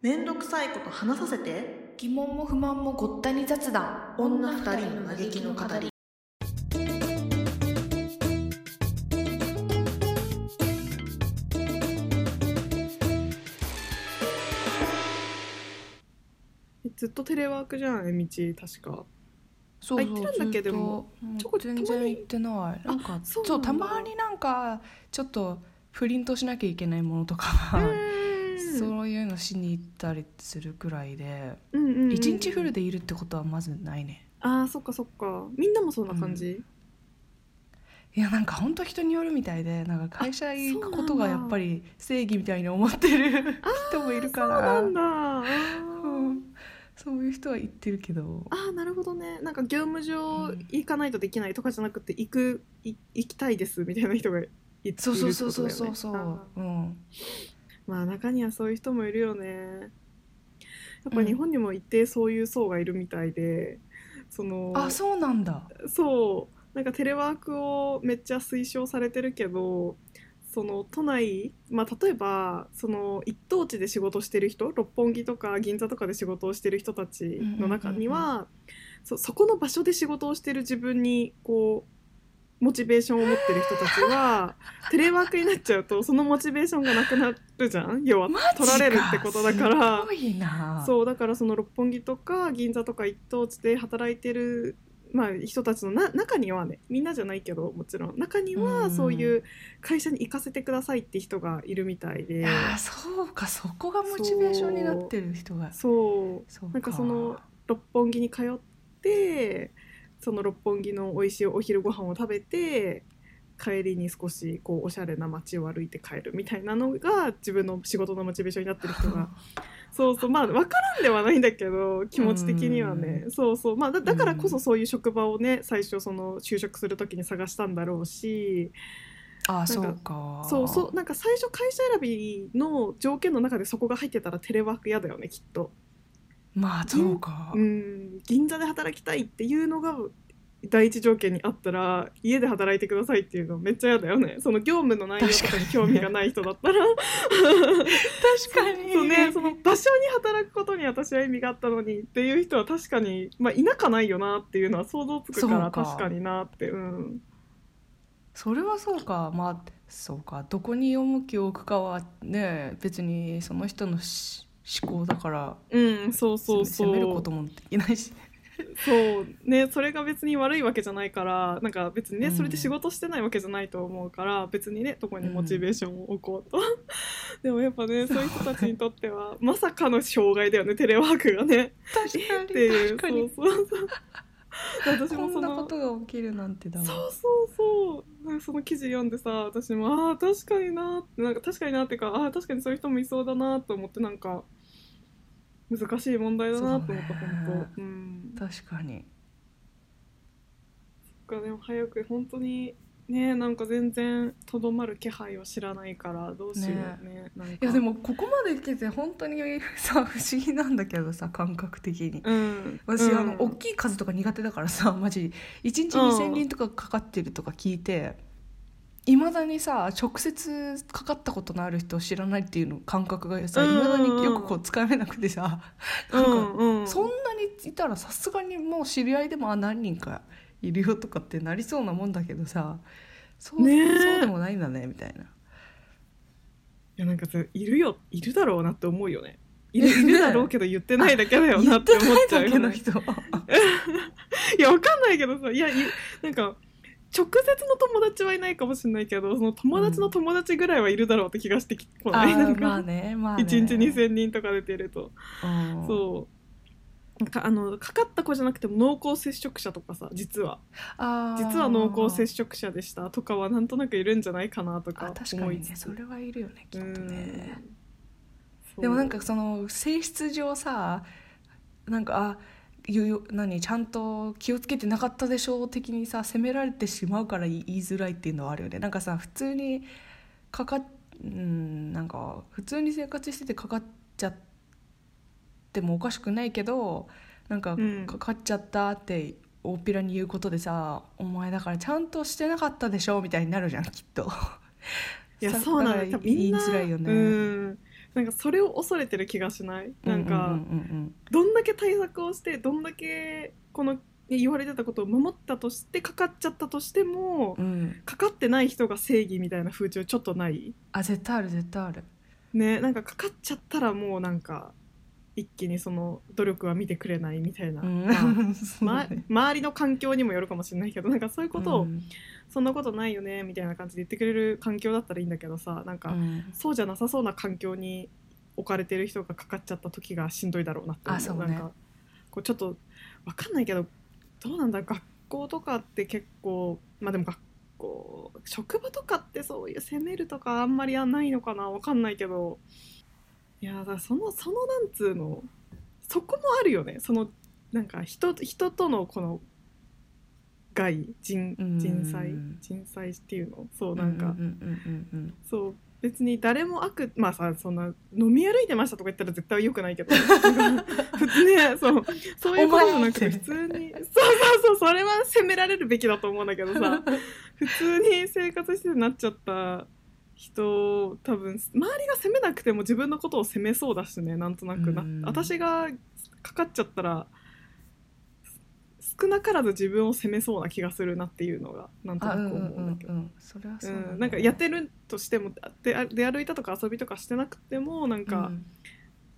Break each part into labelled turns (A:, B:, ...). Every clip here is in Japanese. A: めんどくさいこと話させて
B: 疑問も不満もごったに雑談
A: 女二人の嘆きの語り
C: ずっとテレワークじゃん道確か
D: そうそう
C: あ行ってるんだっけ
D: ず
C: で
D: と
C: も
D: うん
C: ちょこちょこ
D: 全然行ってないなんか
C: そう
D: そう
C: な
D: た
C: んだ
D: まになんかちょっとプリントしなきゃいけないものとかは
C: う
D: そういうのしに行ったりするくらいで
C: うんうんうん
D: 一日フルでいるってことはまずないね
C: あーそっかそっかみんなもそんな感じ、
D: いやなんか本当人によるみたいでなんか会社行くこと
C: あそうなんだ
D: がやっぱり正義みたいに思ってる人もいるか
C: そうな
D: ら
C: んだあ
D: う
C: ー
D: んそういう人は行ってるけど
C: あーなるほどねなんか業務上
D: うん
C: 行かないとできないとかじゃなくて行くい行きたいですみたいな人がいいるって
D: そう
C: ことだ
D: そ
C: よ
D: う
C: ね
D: そうそうそうそ
C: あー
D: ううん
C: まあ中にはそういう人もいるよねやっぱ日本にも一定そういう層がいるみたいで、その
D: あそうなんだ
C: そうなんかテレワークをめっちゃ推奨されてるけどその都内、まあ、例えばその一等地で仕事してる人六本木とか銀座とかで仕事をしてる人たちの中には、
D: うん
C: そそこの場所で仕事をしてる自分にこうモチベーションを持ってる人たち はテレワークになっちゃうとそのモチベーションがなくなるじゃん要は
D: マジ
C: 取られるってことだから
D: すごいな
C: そうだからその六本木とか銀座とか一等地で働いてる、まあ、人たちのな中にはねみんなじゃないけどもちろん中に
D: う
C: は
D: ん
C: そういう会社に行かせてくださいって人がいるみたいで、
D: いやーそうかそこがモチベーションになってる人が
C: そう
D: そう
C: なんかその六本木に通ってその六本木の美味しいお昼ご飯を食べて帰りに少しこうおしゃれな街を歩いて帰るみたいなのが自分の仕事のモチベーションになってる人がそうそうまあ分からんではないんだけど気持ち的にはねそうそうまあだだからこそそういう職場をね最初その就職する時に探したんだろうし
D: あー
C: んか
D: そうか
C: そうそうなんか最初会社選びの条件の中でそこが入ってたらテレワーク嫌だよねきっと。
D: まあそうか、
C: うん、銀座で働きたいっていうのが第一条件にあったら家で働いてくださいっていうのめっちゃ嫌だよねその業務の内容とかに興味がない人だった ら
D: 確かに
C: そう、ね、その場所に働くことに私は意味があったのにっていう人は確かに、まあ、いなかないよなっていうのは想像つくか
D: そ
C: ら
D: うか
C: 確かになってうん
D: それはそうかまあそうかどこに重きを置くかはね別にその人のし思考だから
C: うんそうそうそう
D: 責めることもできな いし
C: そうねそれが別に悪いわけじゃないからなんか別にね
D: うん
C: それで仕事してないわけじゃないと思うから、別にねどこにモチベーションを置こうと、 でもやっぱねそういう人たちにとってはまさかの障害だよねテレワークがね
D: 確か
C: っていう
D: 確かに
C: そうそう そう私
D: こ
C: もそ
D: んなこ
C: の
D: とが起きるなんてだわ
C: そうそうそうなんかその記事読んでさ私もああ確かになーってなんか確かになっていうかああ確かにそういう人もいそうだなと思ってなんか難しい問題だなと思った
D: そうだね
C: 本当うん
D: 確かに
C: がでも早く本当にねなんか全然とどまる気配を知らないからどうしようねなんか
D: いやでもここまで来てて本当にさ不思議なんだけどさ感覚的に
C: うん
D: 私、
C: うん
D: あの大きい数とか苦手だからさ マジ1日
C: うん
D: 2,000人とかかかってるとか聞いていまだにさ直接かかったことのある人を知らないっていうの感覚がさ
C: う
D: い
C: んうんうん
D: まだによくこうつかめなくてさ、なんか、
C: うんうん
D: そんなにいたらさすがにもう知り合いでもあ何人かいるよとかってなりそうなもんだけどさそう,、
C: ねえ
D: そうでもないんだねみたいな。
C: いやなんかさいるよいるだろうなって思うよねいるいるだろうけど言ってないだけだよなって思っちゃう
D: 言
C: よ
D: ってな
C: ね
D: いだけの人
C: いやわかんないけどさいやいなんか直接の友達はいないかもしれないけどその友達の友達ぐらいはいるだろうって気がしてきこ
D: あ
C: ない、なん
D: ー
C: か、
D: まあねまあね
C: 1日2,000人とか出てると
D: うん
C: そうなんかあのかかった子じゃなくても濃厚接触者とかさ実は
D: あー
C: 実は濃厚接触者でしたとかはなんとなくいるんじゃないかなと
D: あ
C: か
D: 確か
C: 思い
D: に
C: つ
D: ね
C: つ
D: それはいるよねきっとね
C: うんそう
D: でもなんかその性質上さなんかあゆゆ何ちゃんと気をつけてなかったでしょう的にさ責められてしまうから言い言いづらいっていうのはあるよねなんかさ普通にかかっうんなんか普通に生活しててかかっちゃってもおかしくないけどなんか
C: うん
D: かかっちゃったって大っぴらに言うことでさ、お前だからちゃんとしてなかったでしょみたいになるじゃんきっと。
C: いや
D: さ
C: そうなの
D: だから
C: 多分みんな
D: 言いづらいよね。
C: うんなんかそれを恐れてる気がしないなんか、
D: うんうん
C: どんだけ対策をしてどんだけこの言われてたことを守ったとしてかかっちゃったとしても
D: うんうんうん
C: かかってない人が正義みたいな風潮ちょっとない
D: あ絶対ある絶対ある
C: ねなんかかかっちゃったらもうなんか一気にその努力は見てくれないみたいな、
D: うん
C: まあ
D: そう
C: ま
D: ね
C: 周りの環境にもよるかもしれないけどなんかそういうことを、
D: うん
C: そんなことないよねみたいな感じで言ってくれる環境だったらいいんだけどさなんか、
D: うん
C: そうじゃなさそうな環境に置かれてる人がかかっちゃった時がしんどいだろうなって思
D: あそうね
C: なんかこうちょっとわかんないけどどうなんだ学校とかって結構まあでも学校職場とかってそういう責めるとかあんまりやんないのかなわかんないけどいやだからそのそのなんつうのそこもあるよねそのなんか人人とのこの害人
D: うん
C: 人災人災っていうのそうなんか、
D: うんうんうん
C: そう別に誰も悪まあさそんな飲み歩いてましたとか言ったら絶対良くない けど普通ねそうそういうことじゃなく
D: お前
C: て
D: って
C: 普通にそうそうそうそれは責められるべきだと思うんだけど
D: うん
C: さ 普通に生活しててなっちゃった人多分周りが責めなくても自分のことを責めそうだしねなんとなくな
D: うん
C: 私がかかっちゃったら少なからず自分を責めそうな気がするなっていうのがなんとな
D: あ
C: く
D: うん
C: 思
D: う
C: うんんだけど。
D: うんうんそれはそううだね
C: ん、なんかやってるとしてもあ出出歩いたとか遊びとかしてなくてもなんか、
D: うん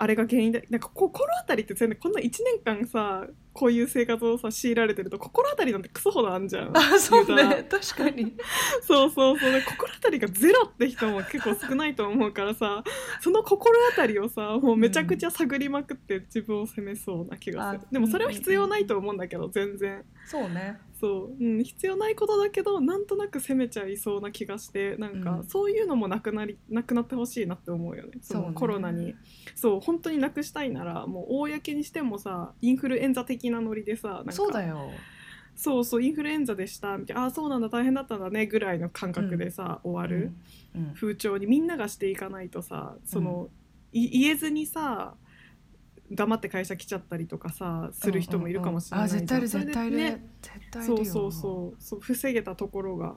C: あれが原因でなんかこう心当たりって全然こんな1年間さこういう生活をさ強いられてると心当たりなんてクソほどあんじゃん
D: あそう
C: ユダ
D: ね確 かに
C: そうそうそうで心当たりがゼロって人も結構少ないと思うからさその心当たりをさもうめちゃくちゃ探りまくって自分を責めそうな気がする、
D: あ
C: でもそれは必要ないと思うんだけど全然
D: そうね
C: そう、うん、必要ないことだけどなんとなく責めちゃいそうな気がしてなんか、
D: うん
C: そういうのもなくなりなくなってほしいなって思うよねそ
D: そう
C: の
D: ね
C: コロナにそう,、本当になくしたいならもう公にしてもさインフルエンザ的なノリでさなんか
D: そうだよ
C: そうそうインフルエンザでしたみたいなああそうなんだ大変だったんだねぐらいの感覚でさ、終わる、
D: うんうん
C: 風潮にみんながしていかないとさその、い言えずにさ黙って会社来ちゃったりとかさする人もいるかもしれない
D: あ
C: じゃん
D: 絶対いる
C: それで
D: 絶対いる、
C: ね
D: 絶対いる
C: そ
D: よ
C: うそうそうそう防げたところが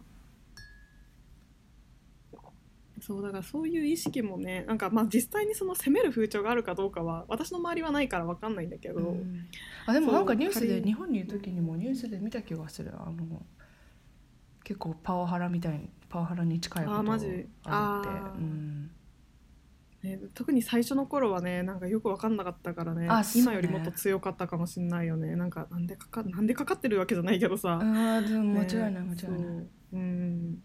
C: そうだからそういう意識もねなんかまあ実際にその攻める風潮があるかどうかは私の周りはないからわかんないんだけど、
D: うんあでもなんかニュース
C: そう
D: で
C: 仮に
D: 日本にいる時にもニュースで見た気がするあの結構パワハラみたいにパワハラに近いこと
C: あーマジ
D: あって
C: あー
D: うん
C: ね、特に最初の頃はねなんかよくわかんなかったからね
D: あそうね
C: 今よりもっと強かったかもしれないよねなんかなんでかかなんでかかってるわけじゃないけどさ、
D: あーでも
C: ね
D: 間違いない間違いない、
C: そううん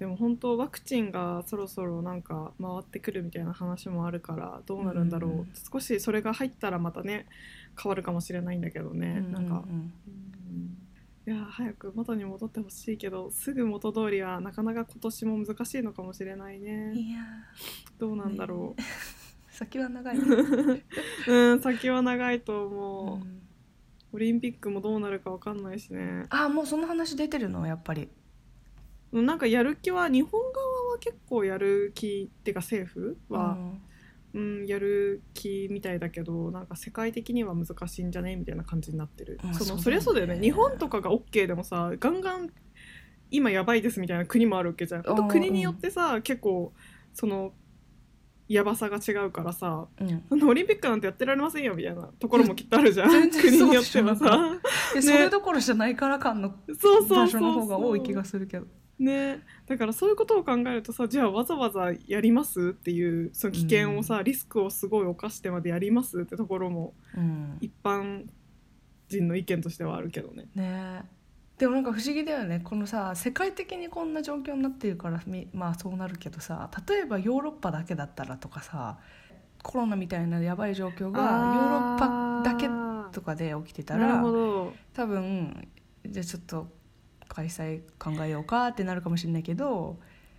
C: でも本当ワクチンがそろそろなんか回ってくるみたいな話もあるからどうなるんだろう、
D: うんうん
C: 少しそれが入ったらまたね変わるかもしれないんだけどね、なんか
D: う、ん
C: うんいや早く元に戻ってほしいけどすぐ元通りはなかなか今年も難しいのかもしれない
D: う
C: ね
D: んいや
C: どうなんだろう、
D: ー先は 長いね、
C: うん先は長いと
D: う
C: 思う、
D: ん
C: オリンピックもどうなるかわかんないしね
D: あーもうその話出てるのやっぱり
C: なんかやる気は日本側は結構やる気ってか政府は、うんやる気みたいだけどなんか世界的には難しいんじゃねみたいな感じになってる、
D: うん
C: そ
D: そうだ
C: の
D: ね
C: そりゃそうだよね日本とかが OK でもさガンガン今やばいですみたいな国もあるわけじゃん
D: うん
C: ほんと国によってさ結構そのやばさが違うからさ
D: うんうん
C: そのオリンピックなんてやってられませんよみたいなところもきっとあるじゃん、
D: 全然
C: 国
D: そう
C: によ
D: で
C: っ
D: してょ
C: はさ
D: でそれどころじゃないから感の
C: そうそうそうそう
D: 場所の方が多い気がするけど
C: ねだからそういうことを考えるとさじゃあわざわざやりますっていうその危険をさ、リスクをすごい犯してまでやりますってところも
D: うん
C: 一般人の意見としてはあるけどね。
D: ねえでもなんか不思議だよねこのさ世界的にこんな状況になってるからみまあそうなるけどさ例えばヨーロッパだけだったらとかさコロナみたいなやばい状況がヨーロッパだけとかで起きてた
C: なる
D: ら
C: ほど
D: 多分じゃあちょっと開催考えようかってなるかもしれないけど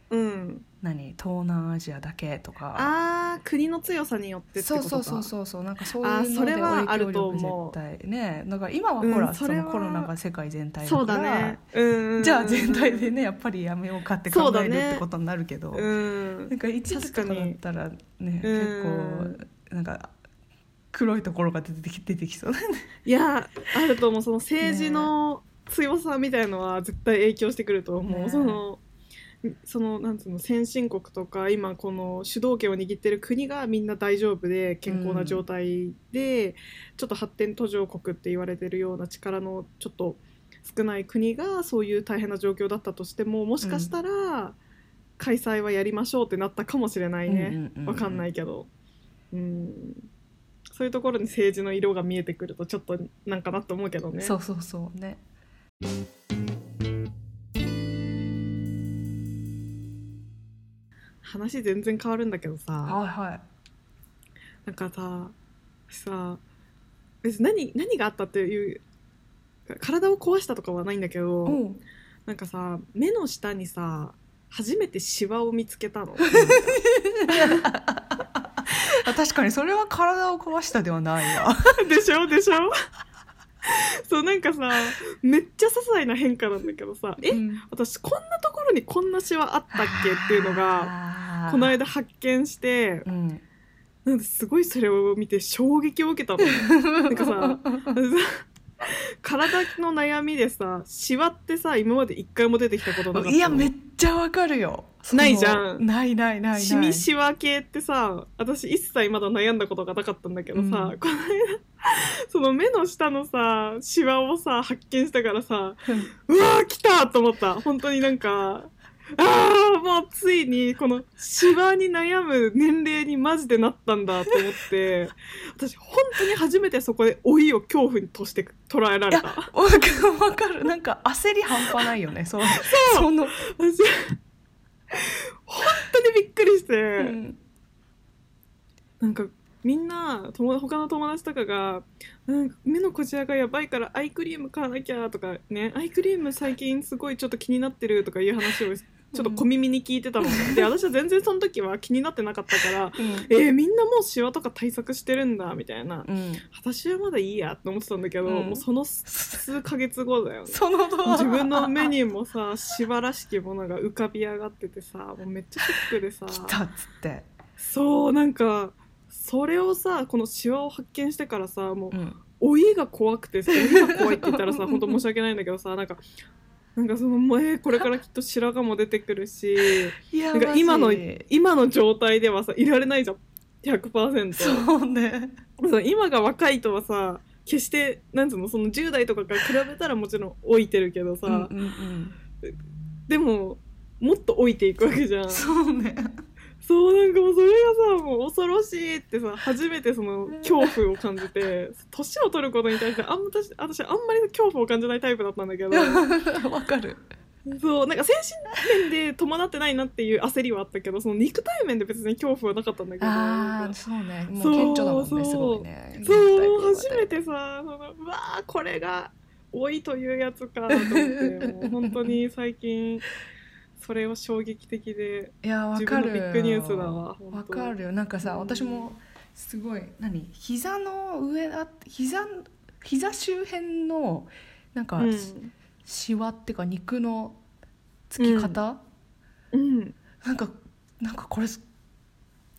C: うん、
D: 何東南アジアだけとか。
C: あー国の強さによってって
D: そ
C: こ
D: う
C: とか
D: そうそうそうそうなんかそう
C: あー
D: いう
C: そ
D: の
C: れ
D: で
C: はある
D: 影
C: と
D: 響
C: 思う
D: 力絶対ねなんか今は
C: うん
D: ほら、
C: そ
D: そ
C: れは
D: のコロナが世界全体だか
C: そ
D: ら
C: うだね、うんうん、
D: じゃあ全体でねやっぱりやめようかって考
C: そうだ
D: えるっ
C: ね
D: てことになるけど、
C: うん
D: なんか一時とかだったらね結構なんか黒いところが出てき出てきそうだね。
C: いやあると思うその政治の強さみたいのは絶対影響してくると思う、
D: ね
C: そのそのなんつうの先進国とか今この主導権を握ってる国がみんな大丈夫で健康な状態で、ちょっと発展途上国って言われてるような力のちょっと少ない国がそういう大変な状況だったとしてももしかしたら開催はやりましょうってなったかもしれないね、わかんないいけど、うん、そういうところに政治の色が見えてくるとちょっとなんかなと思うけどね。
D: そうそうそうね
C: 話全然変わるんだけどさ、
D: はいはい
C: なんかささ別に何何があったっていう体を壊したとかはないんだけど、
D: うん
C: なんかさ目の下にさ初めてシワを見つけたの
D: あ確かにそれは体を壊したではないわ
C: でしょでしょそうなんかさめっちゃ些細な変化なんだけどさ え、
D: うん
C: 私こんなところにこんなシワあったっけっていうのが
D: あー
C: この間発見して
D: うん
C: なんかすごいそれを見て衝撃を受けたの。 なんかさ 体の悩みでさシワってさ今まで一回も出てきたことなかったの
D: いやめっちゃわかるよその
C: ないじゃん
D: ないないないない
C: シミシワ系ってさ私一切まだ悩んだことがなかったんだけどさ、
D: うん
C: この間その目の下のさシワをさ発見したからさうわー来たと思った本当になんかあーもうついにこのシワに悩む年齢にマジでなったんだと思って私本当に初めてそこで老いを恐怖として捉えられた。
D: わかるわかるなんか焦り半端ないよねそうその、
C: 私本当にびっくりして、
D: うん
C: なんかみんな友他の友達とかがなんか目のこちらがやばいからアイクリーム買わなきゃとかねアイクリーム最近すごいちょっと気になってるとかいう話 をちょっと小耳に聞いてたの、で私は全然その時は気になってなかったから
D: うん
C: えーみんなもうシワとか対策してるんだみたいな
D: うん、
C: 私はまだいいやと思ってたんだけど、
D: うん
C: もうその数ヶ月後だよね
D: その
C: 自分の目にもさしばらしきものが浮かび上がっててさもうめっちゃショックでさ
D: 来たっつって、
C: そうなんかそれをさこのシワを発見してからさもう
D: うん、
C: 老いが怖くてさ老いが怖いって言ったら さ本当申し訳ないんだけどさなんかなんかそのもうえーこれからきっと白髪も出てくる し
D: いや
C: なんか今の
D: マジ
C: 今の状態ではさいられないじゃん100%
D: そうね
C: そう今が若いとはさ決してなんつうのその10代とかから比べたらもちろん老いてるけどさ、
D: うんうんうん
C: でももっと老いていくわけじゃん
D: そうね
C: そうなんかもうそれがさもう恐ろしいってさ初めてその恐怖を感じて年を取ることに対してあんま私私あんまり恐怖を感じないタイプだったんだけど
D: わかる
C: そうなんか精神面で伴ってないなっていう焦りはあったけどその肉体面で別に恐怖はなかったんだけど
D: ああそうねもう
C: そう
D: 顕著だもん
C: そう
D: ねすごいね
C: そう初めてさそのうわーこれが老いというやつかと思ってもう本当に最近それを衝撃的 で
D: いやわ
C: 自
D: か
C: 分のビ
D: る
C: ッグニュースだわ本当
D: わかるよなんかさ、
C: うん
D: 私もすごい何膝の上あ膝膝周辺のなんか、
C: うん
D: シワっていうか肉のつき方、
C: うん
D: なんかなんかこれ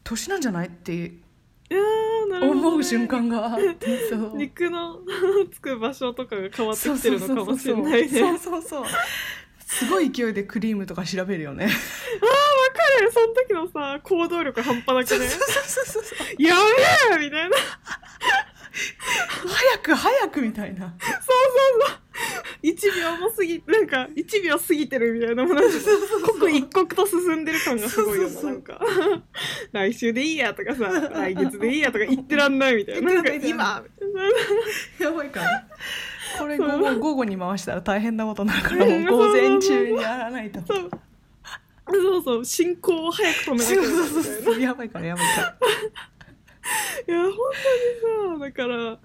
D: 年なんじゃないって
C: いやーなるほどね
D: 思う瞬間があってそう
C: 肉の つく場所とかが変わって
D: そう
C: きて
D: そう
C: る
D: そ
C: の
D: うそ
C: か
D: う
C: もしれない ね。わ
D: そうそうそうすごい勢いでクリームとか調べるよね
C: かるその時のさ行動力半端な
D: そう
C: くね
D: そうそうそう
C: 「やべえ!」みたいな
D: 早く早くみたいな
C: 1秒も過ぎなんか1秒過ぎてるみたいなもうなんか刻一刻と進んでる感がすごいよ
D: そ
C: な
D: うそうそう
C: なんか「来週でいいや」とかさ「来月でいいや」とか言ってらんないみたいななんか
D: 言ってらんな
C: 今
D: やばいからこれ
C: そ
D: 午
C: う
D: 後午後に回したら大変なことになるからも
C: うん
D: う午前中にやらないと
C: そうそうそう進行を早く止めなき
D: そ
C: ゃ
D: う
C: みたい
D: そ
C: な
D: うそうそうやばいからやばいから
C: いや本当にさだから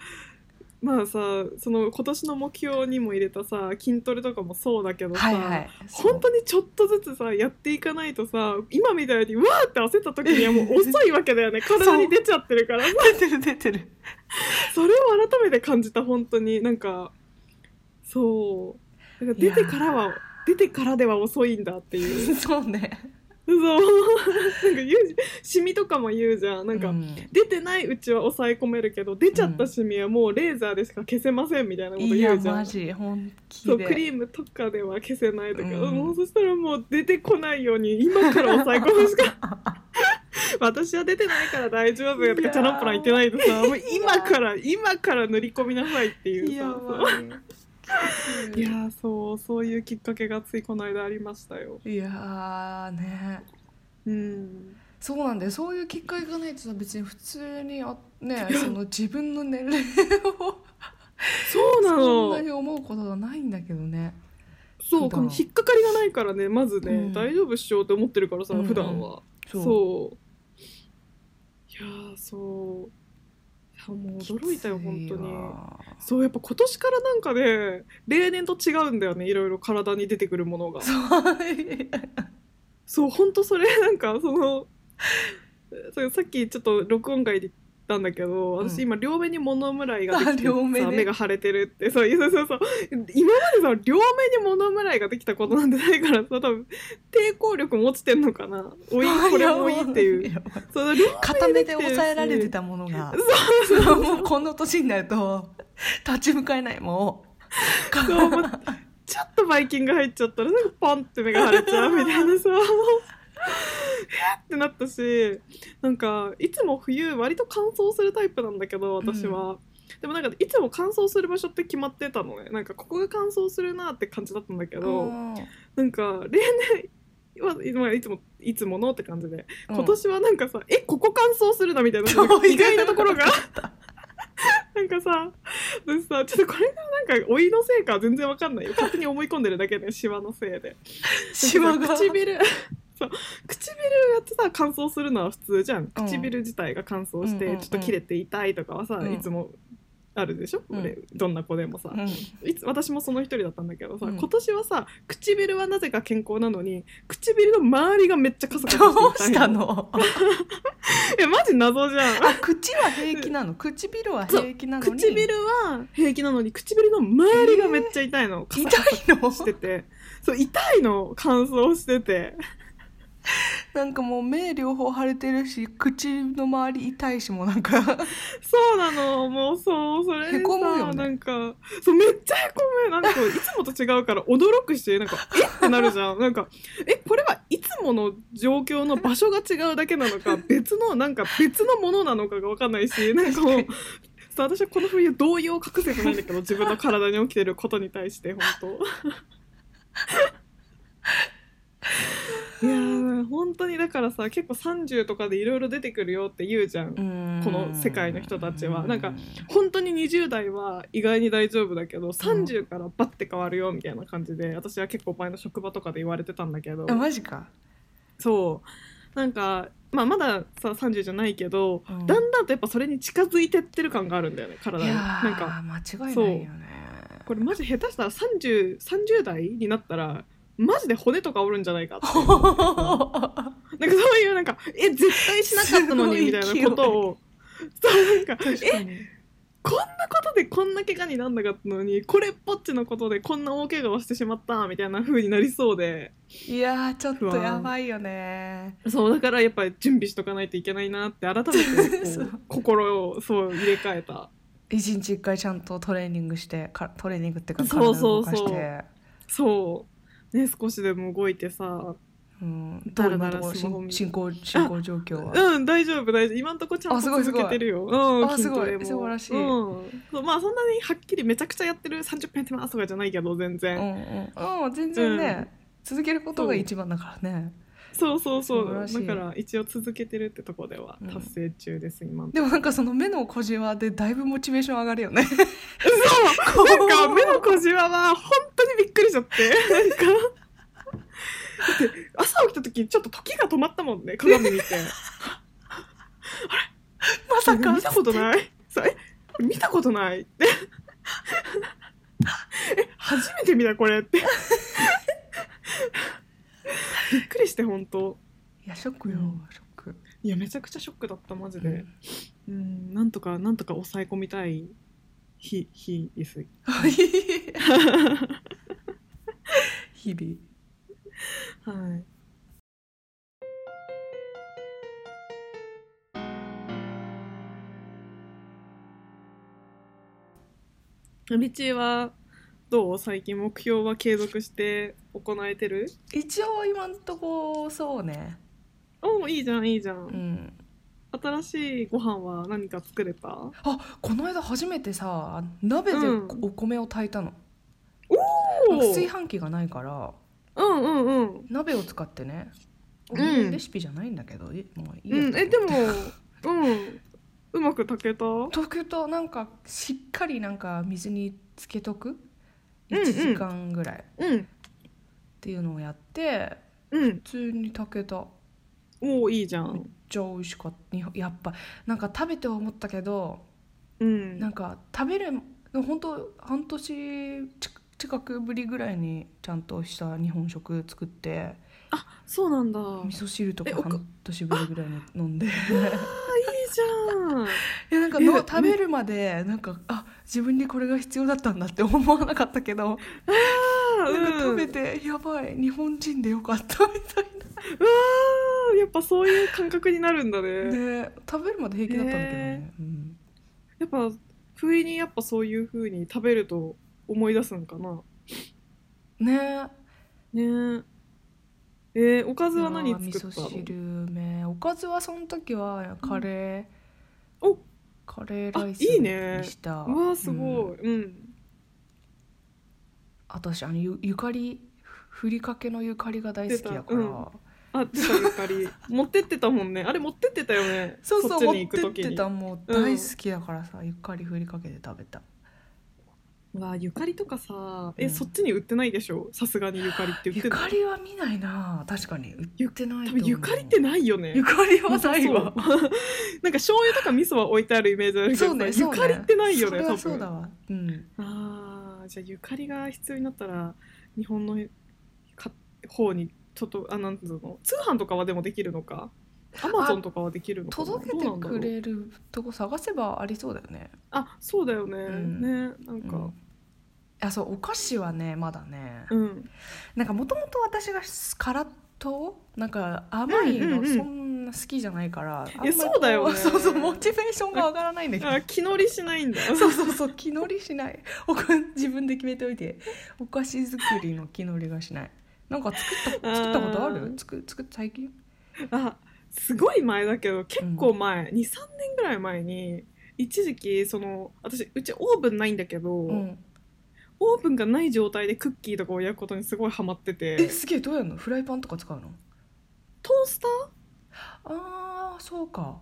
C: まあさその今年の目標にも入れたさ筋トレとかもそうだけどさ、
D: はいはい
C: 本当にちょっとずつさやっていかないとさ今みたいにわーって焦った時には もう遅いわけだよね体に出ちゃってるから
D: 出てる出てる
C: それを改めて感じた本当になんかそうだから出てからは出てからでは遅いんだっていう
D: そうね
C: そうなんか言うじシミとかも言うじゃんなんか、
D: うん
C: 出てないうちは抑え込めるけど出ちゃったシミはもうレーザーでしか消せませんみたいなこと
D: い
C: 言
D: や
C: うじゃん、
D: マジ本気
C: そう
D: で
C: クリームとかでは消せないとか、
D: うん
C: もうそしたらもう出てこないように今から抑え込むしか 私は出てないから大丈夫よと
D: いや
C: か
D: ー
C: チャランポラン言ってないとさ もう今から今から塗り込みなさいっていうさ
D: いや
C: そう
D: ばい
C: いやーそうそういうきっかけがついこの間ありましたよ。
D: いやーね
C: うん
D: そうなんだよそういうきっかけがないとさ別に普通にあ ねその自分の年齢を
C: そうな
D: そん
C: の
D: なに思うことがないんだけどね
C: そう
D: 普
C: こ
D: 段
C: の引っかかりがないからねまずね、
D: うん
C: 大丈夫っしようって思ってるからさ、
D: うん
C: 普段はそういやーそういやもう驚いたよ本当
D: きつい
C: に
D: わ
C: そうやっぱ今年からなんかね例年と違うんだよねいろいろ体に出てくるものがそうほんとそれ なんかそのそうさっきちょっと録音外で言ったんだけど
D: うん
C: 私今両目にモノムライができて
D: あ両目
C: さ
D: ね
C: 目が腫れてるってそうそうそうそう今までさ両目にモノムライができたことなんてないからさ多分抵抗力も落ちてんのかなおいこれもいいっていう
D: やばい
C: その両
D: 片目で抑えられてたものが もうこの年になると立ち向かえないもうか
C: そうもうちょっとバイキンが入っちゃったらなんかパンって目が腫れちゃうみたいなさもうえっってなったしなんかいつも冬割と乾燥するタイプなんだけど私は、でもなんかいつも乾燥する場所って決まってたのねなんかここが乾燥するなって感じだったんだけど、
D: うん
C: なんか例年はまあいつもいつものって感じで今年はなんかさ、えここ乾燥するなみたいな
D: そう
C: 意外なところが なんかさ私さちょっとこれがなんか老いのせいか全然わかんないよ勝手に思い込んでるだけで、シワのせいで
D: シワ
C: なん
D: が
C: かさ唇 そう唇がさ乾燥するのは普通じゃん唇自体が乾燥し
D: うんうん
C: て
D: うん
C: ちょっと切れて痛いとかはさ、
D: うん
C: いつもあるでしょ、
D: うん
C: 俺どんな子でもさ、
D: うん
C: いつ私もその一人だったんだけどさ、
D: うん
C: 今年はさ唇はなぜか健康なのに唇の周りがめっちゃカサカサ
D: どう
C: して
D: し
C: 痛
D: た
C: いの
D: の
C: えマジ謎じゃん
D: あ口は平気なの 唇は平気なの に
C: 唇は平気なのに唇の周りがめっちゃ痛いの、
D: 痛い
C: カサカ
D: の
C: サしててそう痛いの乾燥してて
D: なんかもう目両方腫れてるし口の周り痛いしもうなんか
C: そうなのもうそうそれでさ
D: へこむよね
C: なんかそうめっちゃへこむなんかいつもと違うから驚くしなんかえってなるじゃんなんかえこれはいつもの状況の場所が違うだけなのか別のなんか別のものなのかが分かんないしなんかもうさ私はこの冬動揺を隠せてないんだけど自分の体に起きてることに対して 本当いやー本当にだからさ結構30とかでいろいろ出てくるよって言うじゃんこ
D: こ
C: の
D: の
C: 世界の人たちはなんか本当に20代は意外に大丈夫だけど30からバッて変わるよみたいな感じで私は結構前の職場とかで言われてたんだけど
D: あマジか
C: そうなんか、まあ、まださ30じゃないけど、
D: うん
C: だんだんとやっぱそれに近づいてってる感があるんだよね
D: い
C: 体に。
D: や
C: な
D: なん
C: か
D: 間違いないよね
C: これマジ下手したら 30, 30代になったらマジで骨とか折るんじゃないか ってなんかそういうなんかえ絶対しなかったのにみたいなことをそうなんか
D: 確かに
C: こんなことでこんな怪我になんなかったのにこれっぽっちのことでこんな大怪我をしてしまったみたいな風になりそうで
D: いやーちょっとやばいよね
C: そうだからやっぱり準備しとかないといけないなって改めてこう
D: そう
C: 心をそう入れ替えた
D: 一日一回ちゃんとトレーニングしてかトレーニングっていうか体
C: そ
D: を
C: うそ
D: 動
C: うそう
D: かして
C: そうね少しでも動いてさ
D: うんどう今のとこ
C: だらだ
D: ろ
C: らスマホ見
D: 進
C: る
D: 進行進行状況は
C: うん大丈夫大丈夫今んとこちゃん
D: あ
C: と
D: すごいす
C: 続
D: ごい
C: けてるようん
D: あすごい
C: 筋トレも
D: 素晴らしい
C: うん、そうまあそんなにはっきりめちゃくちゃやってる30分やってますとかじゃないけど全然、
D: うんうんうん全然ね続けることが一番だからね
C: そうそうそ
D: 素晴ら
C: う
D: しい
C: だから一応続けてるってとこでは
D: うん
C: 達成中です、今んとこ
D: でもなんかその目の小じわでだいぶモチベーション上がるよね。
C: そうなんか目の小じわは本当にびっくりしちゃってなんかだって朝起きた時ちょっと時が止まったもんね鏡見て
D: まさか
C: 見たことないそうえ見たことないってえ初めて見たこれ ってびっくりして本当
D: いやショックよ、
C: うん
D: ショック。
C: いやめちゃくちゃショックだったマジで、
D: う
C: う
D: ん
C: んなんとかなんとか抑え込みたい日日です
D: 日々。
C: はいみちはどう最近目標は継続して行えてる
D: 一応今んとこそうね
C: おいいじゃんいいじゃん、
D: うん
C: 新しいご飯は何か作れた
D: あこの間初めてさ鍋で
C: うん
D: お米を炊いたの、
C: お
D: なんか炊
C: ー
D: 飯器がないから
C: うんうんうん
D: 鍋を使ってね、
C: うん
D: レシピじゃないんだけどいもういいや
C: うんえでもうんうまく炊けた
D: とくとなんかしっかりなんか水につけとく
C: うんうん
D: 1時間ぐらいっ
C: うん
D: ていうのをやって
C: うん
D: 普通に炊けた
C: おーいいじゃん
D: じゃあ美味しかったにやっぱなんか食べて思ったけど
C: うん
D: なんか食べる本当半年ち近くぶりぐらいにちゃんとした日本食作って
C: そうなんだ
D: 味
C: い
D: 噌汁と
C: え
D: か
C: おか
D: 半年ぶりぐらいに飲 んでい
C: いじゃ ん
D: やなんか
C: え
D: の食べるまでなんかあ自分にこれが必要だったんだって思わなかったけど
C: あ
D: なんか食べ
C: う
D: てやばい日本人でよかったみたい
C: んうわーやっぱそういう感覚になるんだね
D: なで食べるまで平気だったんだけどね、うん
C: やっぱ不意にやっぱそういう風に食べると思い出すんかな
D: ね
C: ねええーおかずは何
D: いやー
C: 作ったの
D: 味噌汁めおかずはその時はカレー、
C: お
D: カレーライス
C: あいいね
D: にした
C: うわーすご
D: うん
C: いうん、
D: あと私あのゆゆかりふふりかけのゆかりが大好きだから、
C: 出たうあ出たゆか り持ってってたもんねあれ持ってってたよね
D: そうそう
C: っち
D: 持
C: に
D: っ
C: 行く
D: てっ
C: 時に
D: てたもう
C: うん
D: 大好きだからさ、ゆかりふりかけで食べた
C: うわーゆかりとかさえ、
D: うん
C: そっちに売ってないでしょさすがにゆかりって言っ
D: ゆ
C: てる
D: かりは見ないな確かに売ってない
C: 多
D: と思
C: 分
D: う
C: ゆかりってないよね
D: ゆかりは
C: なさ
D: ない
C: そう なん
D: わ
C: か醤油とか味噌は置いてあるイメージあるけどさ
D: そうねそうね
C: ゆかりってないよね
D: それ
C: 多
D: は
C: 分
D: そうだわうん
C: あーじゃあゆかりが必要になったら日本のか方にちょっとあなんつうの通販とかはでもできるのかアマゾンとかはできるのかな
D: 届け
C: どう
D: て
C: なんだろう
D: くれるとこ探せばありそうだよね
C: あそうだよね、
D: ん
C: ねなん
D: うん
C: か
D: あそうお菓子はねまだね
C: うん、
D: なんかもともと私が辛党なんか甘い
C: うん
D: の
C: うんうん
D: そんな好きじゃないから、あんま
C: いや
D: りこ
C: そうだよね
D: そうそうモチベーションが上がらないんだけど
C: あ気乗りしないんだ
D: そうそうそう気乗りしないおか自分で決めておいてお菓子作りの気乗りがしないなんか作った作ったことあ
C: あ
D: る
C: ー
D: 作作最近
C: あすごい前だけど結構前、23年ぐらい前に一時期その私うちオーブンないんだけど、
D: うん
C: オーブンがない状態でクッキーとかを焼くことにすごいハマってて
D: えすげえどうやるのフライパンとか使うの
C: トースター
D: あーそうか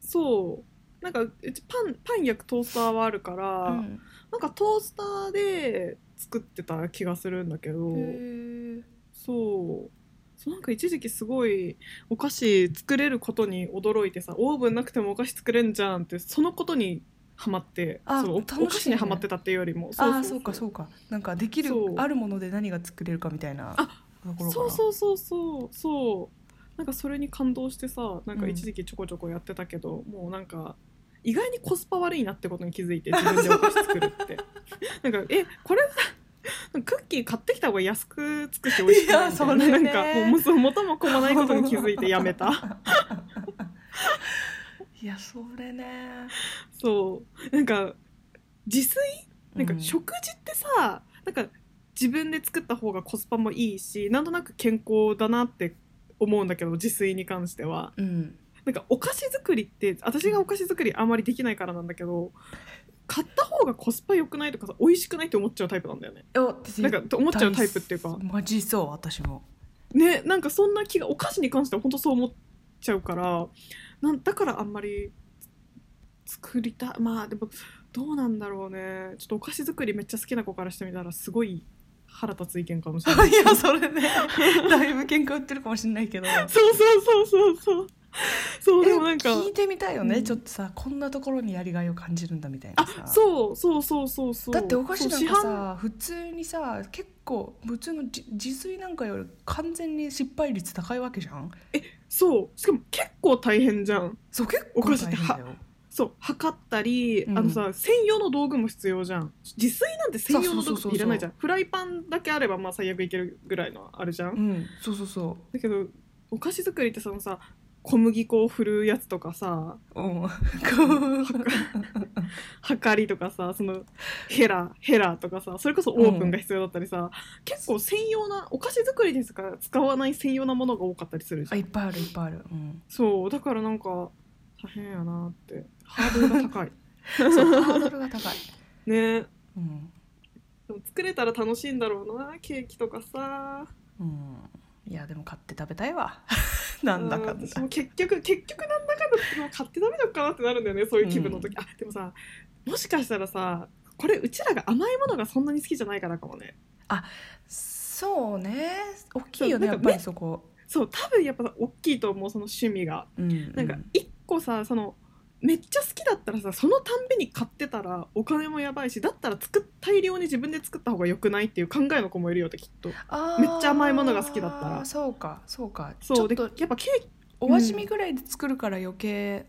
C: そうなんかうちパンパン焼くトースターはあるから、
D: うん
C: なんかトースターで作ってた気がするんだけど
D: へー
C: そうそうなんか一時期すごいお菓子作れることに驚いてさオーブンなくてもお菓子作れんじゃんってそのことにハマって
D: あ
C: そのお
D: 楽しいね
C: お菓子にハマってたっていうよりも
D: あーそうかそううかなんかできる
C: そう
D: あるもので何が作れるかみたいなところかな
C: そうそうそうそうそうなんかそれに感動してさなんか
D: うん
C: 一時期ちょこちょこやってたけど、もうなんか意外にコスパ悪いなってことに気づいて自分でお菓子作るってなんかえこれさクッキー買ってきた方が安くつくし美味しくないみたいない
D: やそれ
C: な
D: ね
C: んかもうもうそう元も子もないことに気づいてやめ た
D: いやそれね
C: そうなんか自炊なんか食事ってさ、なんか自分で作った方がコスパもいいしなんとなく健康だなって思うんだけど自炊に関しては
D: うん
C: なんかお菓子作りって私がお菓子作りあまりできないからなんだけど買った方がコスパ良くないとかさ美味しくないって思っちゃうタイプなんだよねなんかと思っちゃうタイプっていうか
D: マジそう私も
C: ねなんかそんな気がお菓子に関しては本当そう思っちゃうからなんだからあんまり作りたいまあでもどうなんだろうねちょっとお菓子作りめっちゃ好きな子からしてみたらすごい腹立つ意見かもしれない
D: いやそれねだいぶ喧嘩売ってるかもしれないけど
C: そうそうそうそうそう そうでもなんか
D: 聞いてみたいよね、
C: うん
D: ちょっとさこんなところにやりがいを感じるんだみたいな
C: あ
D: さ
C: そうそうそうそうそう
D: だってお菓子なんか
C: そう市販
D: さ普通にさ結構普通の自自炊なんかより完全に失敗率高いわけじゃん
C: そうしかも結構大変じゃん
D: そう結
C: お
D: 構
C: 菓子っ
D: 大
C: て
D: 変
C: は
D: だよ
C: そう測ったり、
D: うん
C: あのさ専用の道具も必要じゃん自炊なんて専用の道
D: そうそうそうそう
C: 具いらないじゃんフライパンだけあればまあ最悪いけるぐらいのあるじゃん、
D: うんそうそうそ
C: だけどお菓子作りってそのさ小麦粉を振るやつとかさ
D: ううん
C: 測はかりとかさそのヘラヘラとかさそれこそオーブンが必要だったりさ、結構専用なお菓子作りですから使わない専用なものが多かったりするじゃ
D: あ
C: ん
D: いっぱいあるいっぱいある、うん、
C: そうだからなんか大変やなってハードルが高 い
D: そうハードルが高い、
C: ね
D: うん
C: でも作れたら楽しいんだろうなケーキとかさ
D: うん、いやでも買って食べたいわ なんだかん
C: う
D: だ
C: ん私も結局結局なんだかんだでも買って食べようかなってなるんだよねそういう気分の時、あでもさもしかしたらさこれうちらが甘いものがそんなに好きじゃないからかもね
D: そうね大きいよね
C: そうな
D: やっ
C: んか
D: ぱりそこ、
C: そう多分やっぱさ大きいと思うその趣味が
D: うん、
C: なんか一個さそのめっちゃ好きだったらさそのたんびに買ってたらお金もやばいしだったら作っ大量に自分で作った方が良くないっていう考えの子もいるよってきっと
D: あー
C: めっちゃ甘いものが好きだったら
D: そうかそうか
C: そうで
D: ちょ
C: や
D: っと
C: っぱケーキ
D: お味見ぐらいで作るから余計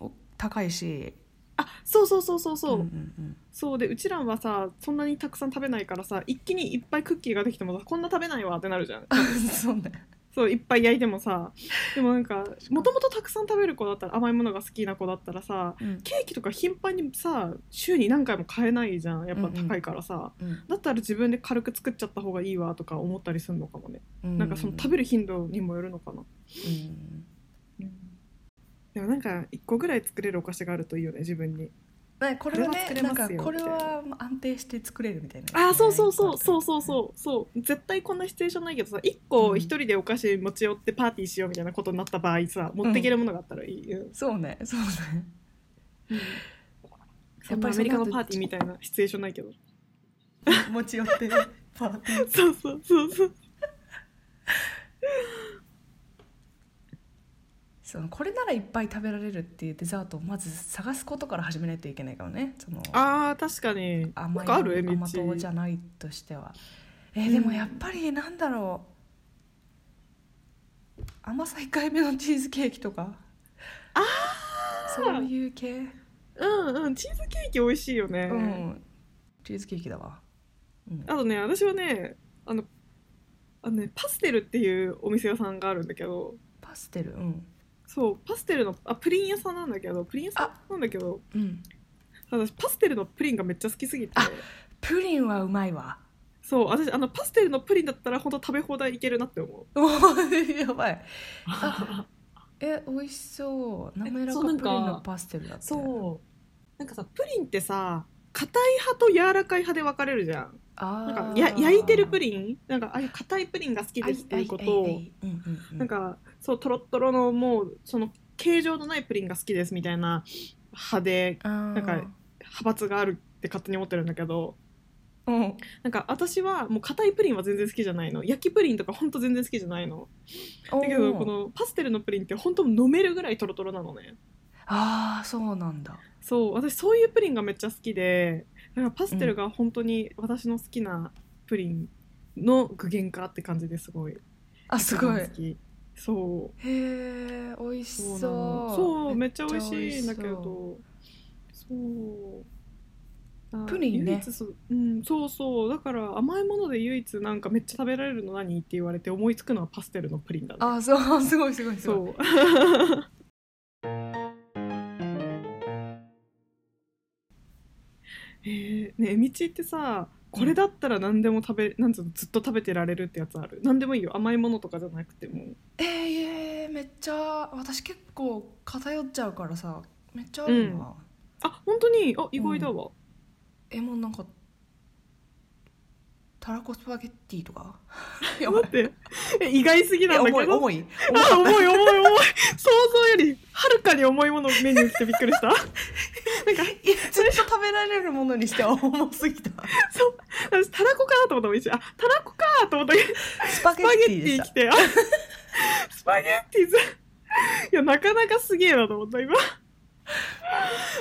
D: お高いし
C: あそうそうそうそうそう、
D: んん
C: そうでうちらはさそんなにたくさん食べないからさ一気にいっぱいクッキーができてもさこんな食べないわってなるじ ゃん
D: うん そうね
C: そういっぱい焼いてもさでもなんかもともとたくさん食べる子だったら甘いものが好きな子だったらさ
D: うん
C: ケーキとか頻繁にさ週に何回も買えないじゃんやっぱ高いからさ、だったら自分で軽く作っちゃった方がいいわとか思ったりするのかもね、
D: うん
C: なんかその食べる頻度にもよるのかな、
D: うん
C: でもなんか1個ぐらい作れるお菓子があるといいよね自分に
D: なんかこれは
C: これは作れ
D: ねな
C: ま
D: んか
C: すよ
D: これは安定して作れるみたいな
C: あーそうそうそうそうそう
D: う
C: そうそう絶対こんなシチュエーションないけどさ1個1人でお菓子持ち寄ってパーティーしようみたいなことになった場合さ持っていけるものがあったらいい、うん
D: そうねそうね
C: やっぱりアメリカのパーティーみたいなシチュエーションない けど
D: 持ち寄ってパーティー
C: そうそうそうそう
D: そのこれならいっぱい食べられるっていうデザートをまず探すことから始めないといけないからねその
C: あー確かになん
D: 甘い
C: かあるえみ
D: 甘
C: ち
D: 党じゃないとしてはえーでもやっぱりなんだろう甘さ控えめのチーズケーキとかあそういう系
C: うんうんチーズケーキ美味しいよね、
D: うんチーズケーキだわ、うん、
C: あとね私はねあのあのねパステルっていうお店屋さんがあるんだけど
D: パステルうん
C: そうパステルのあプリン屋さんなんだけどプリン屋さんなんだけど
D: うん
C: 私パステルのプリンがめっちゃ好きすぎて
D: あプリンはうまいわ
C: そう私あのパステルのプリンだったら本当食べ放題いけるなって 思う
D: おーやばい あえ美味しそう滑らか
C: そう
D: プ
C: なん
D: リン
C: か
D: のパステルだって
C: うなんかさプリンってさ硬い派と柔らかい派で分かれるじゃん
D: あ
C: なんかや焼いてるプ
D: リ
C: リンなんかああいう硬いプリンが好きですっていうこと
D: な
C: なんかそうとろっとろのもうその形状のないプリンが好きですみたいな派で
D: なん
C: か派閥があるって勝手に思ってるんだけど
D: うん
C: なんか私はもう硬いプリンは全然好きじゃないの焼きプリンとかほんと全然好きじゃないのだけどこのパステルのプリンって本当飲めるぐらいトロトロなのね
D: ああそうなんだ
C: そう私そういうプリンがめっちゃ好きでだからパステルが本当に私の好きなプリンの具現化って感じですごい
D: あすごい
C: 一番好
D: へ
C: きそう
D: え美味し
C: そう
D: そ
C: な
D: う
C: のそうめっちゃ美味
D: めっちゃ美味
C: しいん
D: しそう
C: だけどそうあ
D: プリンね
C: 唯一そう,、うん、そうそうだから甘いもので唯一なんかめっちゃ食べられるの何って言われて思いつくのはパステルのプリンだね
D: あーそう すごいすごいすご
C: そう
D: い
C: えー、ねえみちってさこれだったら何でも食べ、なんつうのずっと食べてられるってやつある何でもいいよ甘いものとかじゃなくても
D: えーえーめっちゃ私結構偏っちゃうからさめっちゃあるな
C: あ本当にあ意外だわ、
D: えもうなんかたらこスパゲッティとか
C: え
D: やばい
C: 待ってえ意外すぎなんだけど
D: え重い重い
C: あ重い重い重い想像よりはるかに重いものメニュー来てびっくりした なんか
D: いやずっと食べられるものにしては重すぎた
C: 私たらこかなと思ったもん一瞬あたらこかと思ったけど
D: スパ
C: ス
D: ゲッ
C: パ
D: テ
C: ゲ
D: ィ
C: ッ
D: で
C: テ
D: し
C: ィ
D: た
C: 来てあスパゲッティずいやなかなかすげえなと思 った今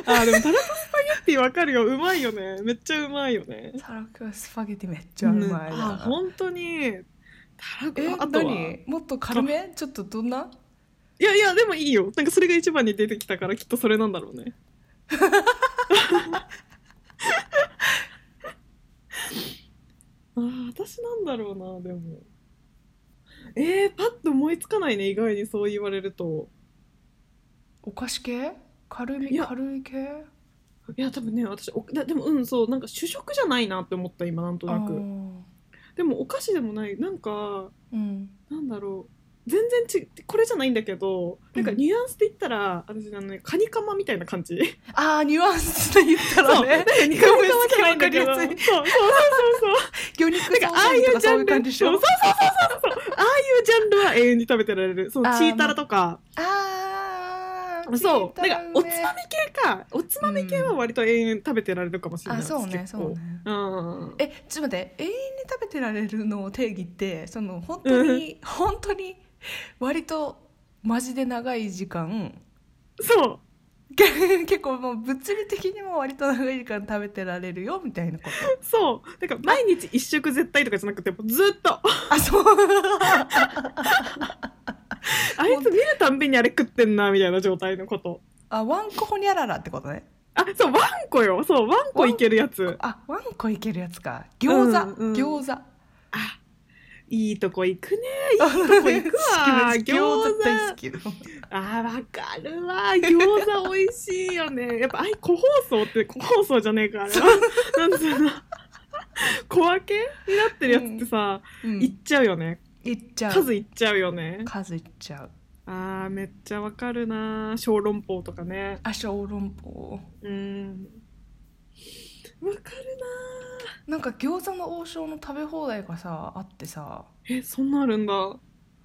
C: あでもたらこスパゲッティわかるようまいよねめっちゃうまいよね
D: たらこスパゲティめっちゃうまい
C: うんあ
D: な、
C: 本当にたらこ
D: え
C: あとはい
D: 何もっと軽めちょっとどんな
C: やいやでもいいよなんかそれが一番に出てきたからきっとそれなんだろう ねあー私なんだろうなでもえー、パッと思いつかないね意外にそう言われると
D: お菓子系軽
C: い
D: み
C: や
D: 軽い系
C: いや多分ね私おだでもうんそうなんか主食じゃないなって思った今なんとな
D: あ
C: く
D: ー
C: でもお菓子でもないなんか
D: うん
C: なんだろう全然ちこれじゃないんだけどなんか
D: うん
C: ニュアンスで言ったら、私あのねカニカマみたいな感じ
D: あーニュアンスで言ったらね
C: そうなんかカニカマじゃないんだけど
D: わ
C: そ
D: か
C: うそう
D: りやすい
C: そうそうそう
D: 魚肉ソ
C: なんかああい
D: ーセージと
C: う
D: か
C: ジャ
D: そうい
C: ン
D: う
C: ル
D: 感じでしょ
C: そうそうそうそうそうああいうジャンルは永遠に食べてられるその
D: あー
C: チータラとか
D: あー
C: そう
D: 聞いた
C: なんかおつ
D: ね
C: まみ系かおつまみ系は割と永遠食べてられるかもしれない、
D: あそうね
C: 私結
D: そ
C: 構
D: うね
C: うん
D: えちょっと待って永遠に食べてられるのを定義ってその本当に本当に割とマジで長い時間
C: そう
D: け結構もう物理的にも割と長い時間食べてられるよみたいなこ
C: そうなんか毎日一食絶対とかじゃなくてもうずっ と
D: とあそう
C: あいつ見るたんびにあれ食ってんなみたいな状態のこと
D: あワンコホニャララってことね
C: あそうワンコよそうワンコいけるやつ
D: あワンコいけるやつか餃子、
C: うんうん
D: 餃 子
C: いいとこ行くねいいとこ行くわ
D: 好き餃子大好
C: 餃子
D: き
C: あわかるわ餃子美味しいよね やっぱあい個包装って個包装じゃねえかあれはなんつうの小分けになってるやつってさ、
D: うん
C: いっちゃうよね
D: いっちゃう
C: 数いっちゃうよね
D: 数いっちゃう
C: あーめっちゃわかるな小籠包とかね
D: あ小籠包
C: うんわかるな
D: なんか餃子の王将の食べ放題がさあってさ
C: えそんなあるんだ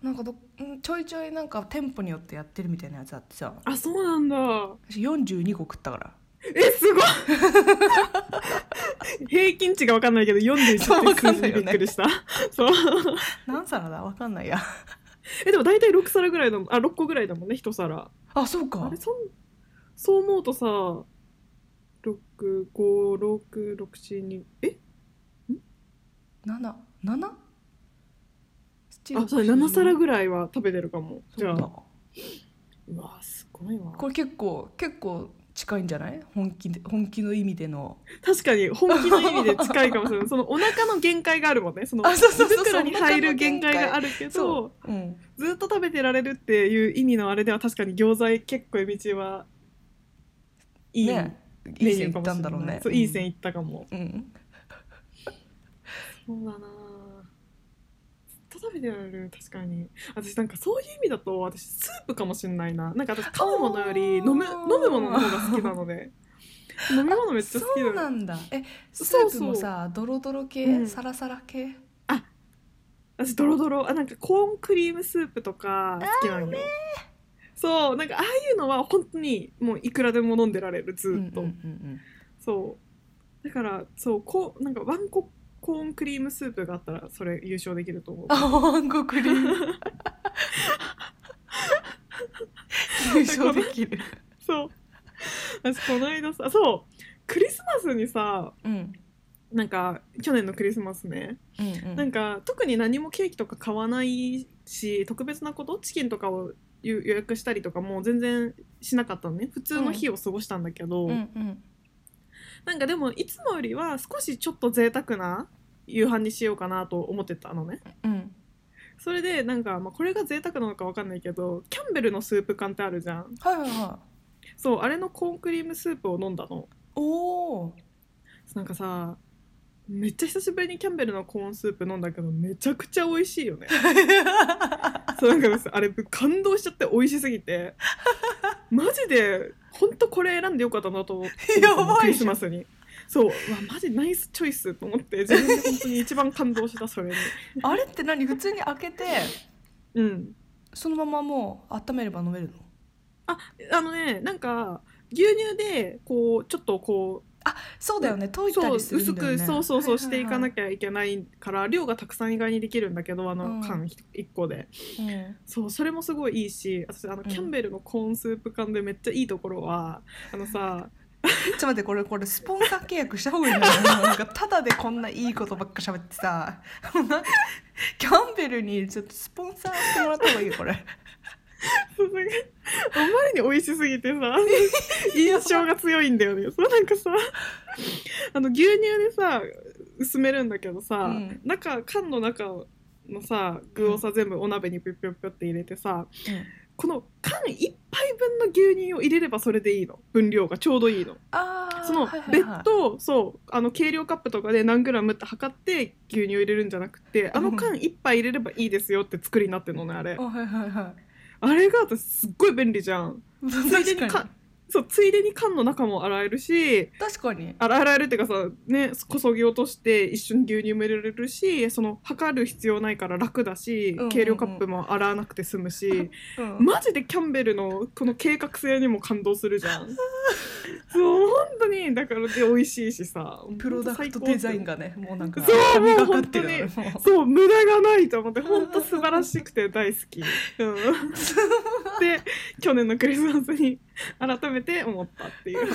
D: なんかどんちょいちょいなんか店舗によってやってるみたいなやつあってさ
C: あそうなんだ
D: 私42個食ったから
C: えすご い平均値がわかんないけど41
D: そう
C: っ
D: わ
C: て
D: か
C: 数
D: んな
C: 字
D: いよ
C: びっ
D: ね
C: くりしたそう,、
D: 何皿だわかんないや
C: えでも大体6皿ぐらいだもんあ6個ぐらいだもんね1皿
D: あそう
C: あ
D: か
C: れそんそう思うとさ65662え
D: 77
C: あそう7皿ぐらいは食べてるかもじ
D: じ
C: ゃ
D: ゃ
C: あ
D: あ
C: うわすごいわ
D: これ結構結構近いんじゃない本気で本気の意味での
C: 確かに本気の意味で近いかもしれないそのお腹の限界があるもんねその
D: あそうそうそう
C: 胃袋に入る限界があるけど
D: う、うん、
C: ずっと食べてられるっていう意味のあれでは確かに餃子結構道はいい、
D: ねい
C: メ
D: い
C: ニュ
D: 線
C: ー
D: い
C: か
D: っ
C: も
D: た
C: しれ
D: んだろう
C: な
D: ね
C: いそういい線いったかも、
D: うん、うん
C: そうだなずっと食べてられる確かに私なんかそういう意味だと私スープかもしれないななんか私噛むものより飲む
D: あ
C: 飲
D: ー
C: むものの方が好きなので 飲み物めっちゃ好き
D: そう
C: だ
D: なんだえス
C: そうそう
D: ープもさドロドロ系、
C: うん
D: サラサラ系
C: 私ドロドロあなんかコーンクリームスープとか好きなのよそうなんかああいうのは本当にもういくらでも飲んでられるずっと、
D: うんうん
C: そうだからそうこうなんかワンココーンクリームスープがあったらそれ優勝できると思う
D: うん、あワンコクリー ム優勝できる
C: そう私この間さそうクリスマスにさ
D: うん
C: なんか去年のクリスマスね、
D: うんうん
C: なんか特に何もケーキとか買わないし特別なことチキンとかを予予約したりとかも全然しなかったのね普通の日を過ごしたんだけど、
D: うんうん
C: なんかでもいつもよりは少しちょっと贅沢な夕飯にしようかなと思ってたのね
D: うん
C: それでなんか、まあ、これが贅沢なのかわかんないけどキャンベルのスープ缶ってあるじゃん
D: はいはいはい
C: そうあれのコーンクリームスープを飲んだの
D: おお
C: なんかさめっちゃ久しぶりにキャンベルのコーンスープ飲んだけどめちゃくちゃ美味しいよ ねそうなんかあれ感動しちゃって美味しすぎてマジでほんとこれ選んでよかったなと思って
D: やばいじゃん
C: クリスマスにそううわマジナイスチョイスと思って自分で本当に一番感動したそれに
D: あれって何普通に開けて
C: うん
D: そのままもう温めれば飲めるの
C: あのねなんか牛乳でこうちょっとこ
D: そうだよね溶
C: う
D: いた
C: そう
D: りする
C: 薄
D: んだよ
C: く
D: ね
C: そうそうそうしていかな
D: ゃ、
C: きゃいけないから量がたくさん意外にできるんだけどあ
D: うん
C: の缶1個で
D: はいはいはいうん
C: そうそれもすごいいいし私あの
D: ん
C: キャンベルのコーンスープ缶でめっちゃいいところはあの さ
D: ちょっと待ってこれこれスポンサー契約した方がいいんじゃ ないなんかただでこんないいことばっか喋ってさ もうなんかキャンベルにちょっとスポンサーしてもらった方がいいよこれ
C: そうなんかあまりに美味しすぎて さ印象が強いんだよねそうなんかさあの牛乳でさ薄めるんだけどさ、
D: うん
C: 中缶の中のさ具をさ全部お鍋にピュッピュッピュッって入れてさ、この缶1杯分の牛乳を入れればそれでいいの分量がちょうどいいの
D: あー
C: その
D: はいはい
C: 別
D: はい
C: 途そうあの計量カップとかで何グラムって測って牛乳を入れるんじゃなくてあの缶1杯入れればいいですよって作りになってるのねあれ
D: あはいはいは
C: あれが私すっごい便利じゃん
D: い
C: いでに
D: 確か
C: か
D: に
C: そうついでに缶の中も洗えるし
D: 確かに
C: 洗洗えるっていうかさねこそぎ落として一緒に牛乳も入れれるしその測る必要ないから楽だし、
D: うんうん
C: 計量カップも洗わなくて済むし
D: うん
C: マジでキャンベルのこの計画性にも感動するじ ゃんそう本当にだからで美味しいしさ
D: プロダクトデザインがねもうなんか
C: そう
D: 神がかってる
C: もう
D: もう
C: そう無駄がないと思 って本当素晴らしくて大好き、うん、で去年のクリスマスに改めて思ったっていう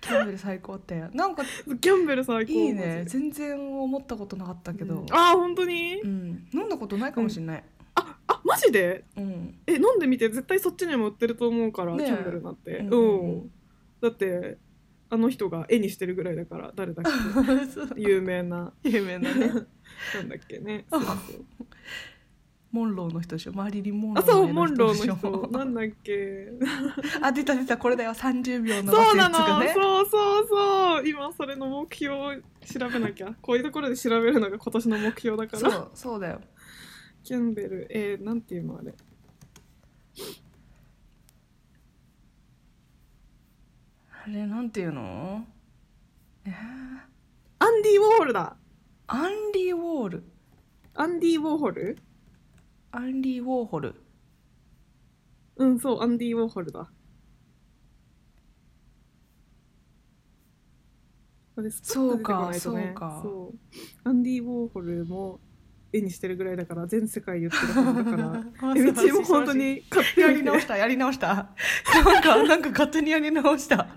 D: キャンベル最高ってなんか
C: ギャンベル最高
D: いいね
C: マジで
D: 全然思ったことなかったけど
C: ああ本当に
D: うん飲んだことないかもしれない
C: あマジで
D: うん
C: え飲んでみて絶対そっちにも売ってると思うから、
D: ねえ
C: キャンベルなんて、
D: うん
C: う
D: うん
C: ん
D: うん
C: だってあの人が絵にしてるぐらいだから誰だっけ有名 な
D: 有名なね
C: なんだっけねそうそう
D: モンローの人でしょマリリン・モンロ
C: あそう
D: ー
C: モンローの
D: でしょ
C: 人なんだっけ
D: あ出た出たこれだよ30秒の
C: そう
D: や
C: な
D: つが
C: の、
D: ね
C: そうそうそう今それの目標を調べなきゃこういうところで調べるのが今年の目標だか
D: そ
C: ら
D: うそうだよ
C: キャンベルえー、なんていうのあれ
D: あれなんていうの
C: アンディ・ウォーホルだ
D: アンリー・ウォール
C: アンディ・ウォーホル
D: アンリー・ウォーホル
C: うんそうアンディ・ウォーホルだあれスパッと出てこないとね
D: そうか
C: そうアンディ・ウォーホルも絵にしてるぐらいだから全世界言ってるはずだから えうちも本当に買って
D: や
C: あ
D: り
C: げて
D: 直したやり直したなんかなんか勝手にやり直した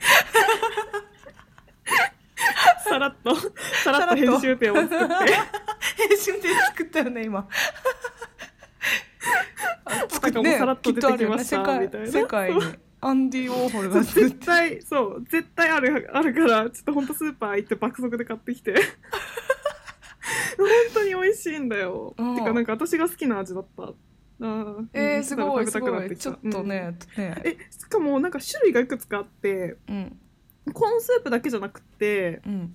C: さらっとさらっと編集点を作って
D: 編集で作ったよね今
C: 作ってもさらっと出てきました
D: きっとあ
C: み
D: るよ
C: たい
D: ね
C: な
D: 世界世界にアンディ・ウォーホルが作っ
C: 絶
D: て
C: 対 そう絶対あるあるからちょっとほんとスーパー行って爆速で買ってき て本当に美味しいんだよ
D: うん
C: てかなんか私が好きな味だったあー
D: え
C: う
D: ー、
C: ん
D: すごい
C: 食べ
D: す
C: たくな
D: ごい
C: てき
D: ち
C: た
D: ょっとね,、
C: うん
D: ね
C: えしかもなんか種類がいくつかあって
D: うん
C: コーンスープだけじゃなくて
D: うん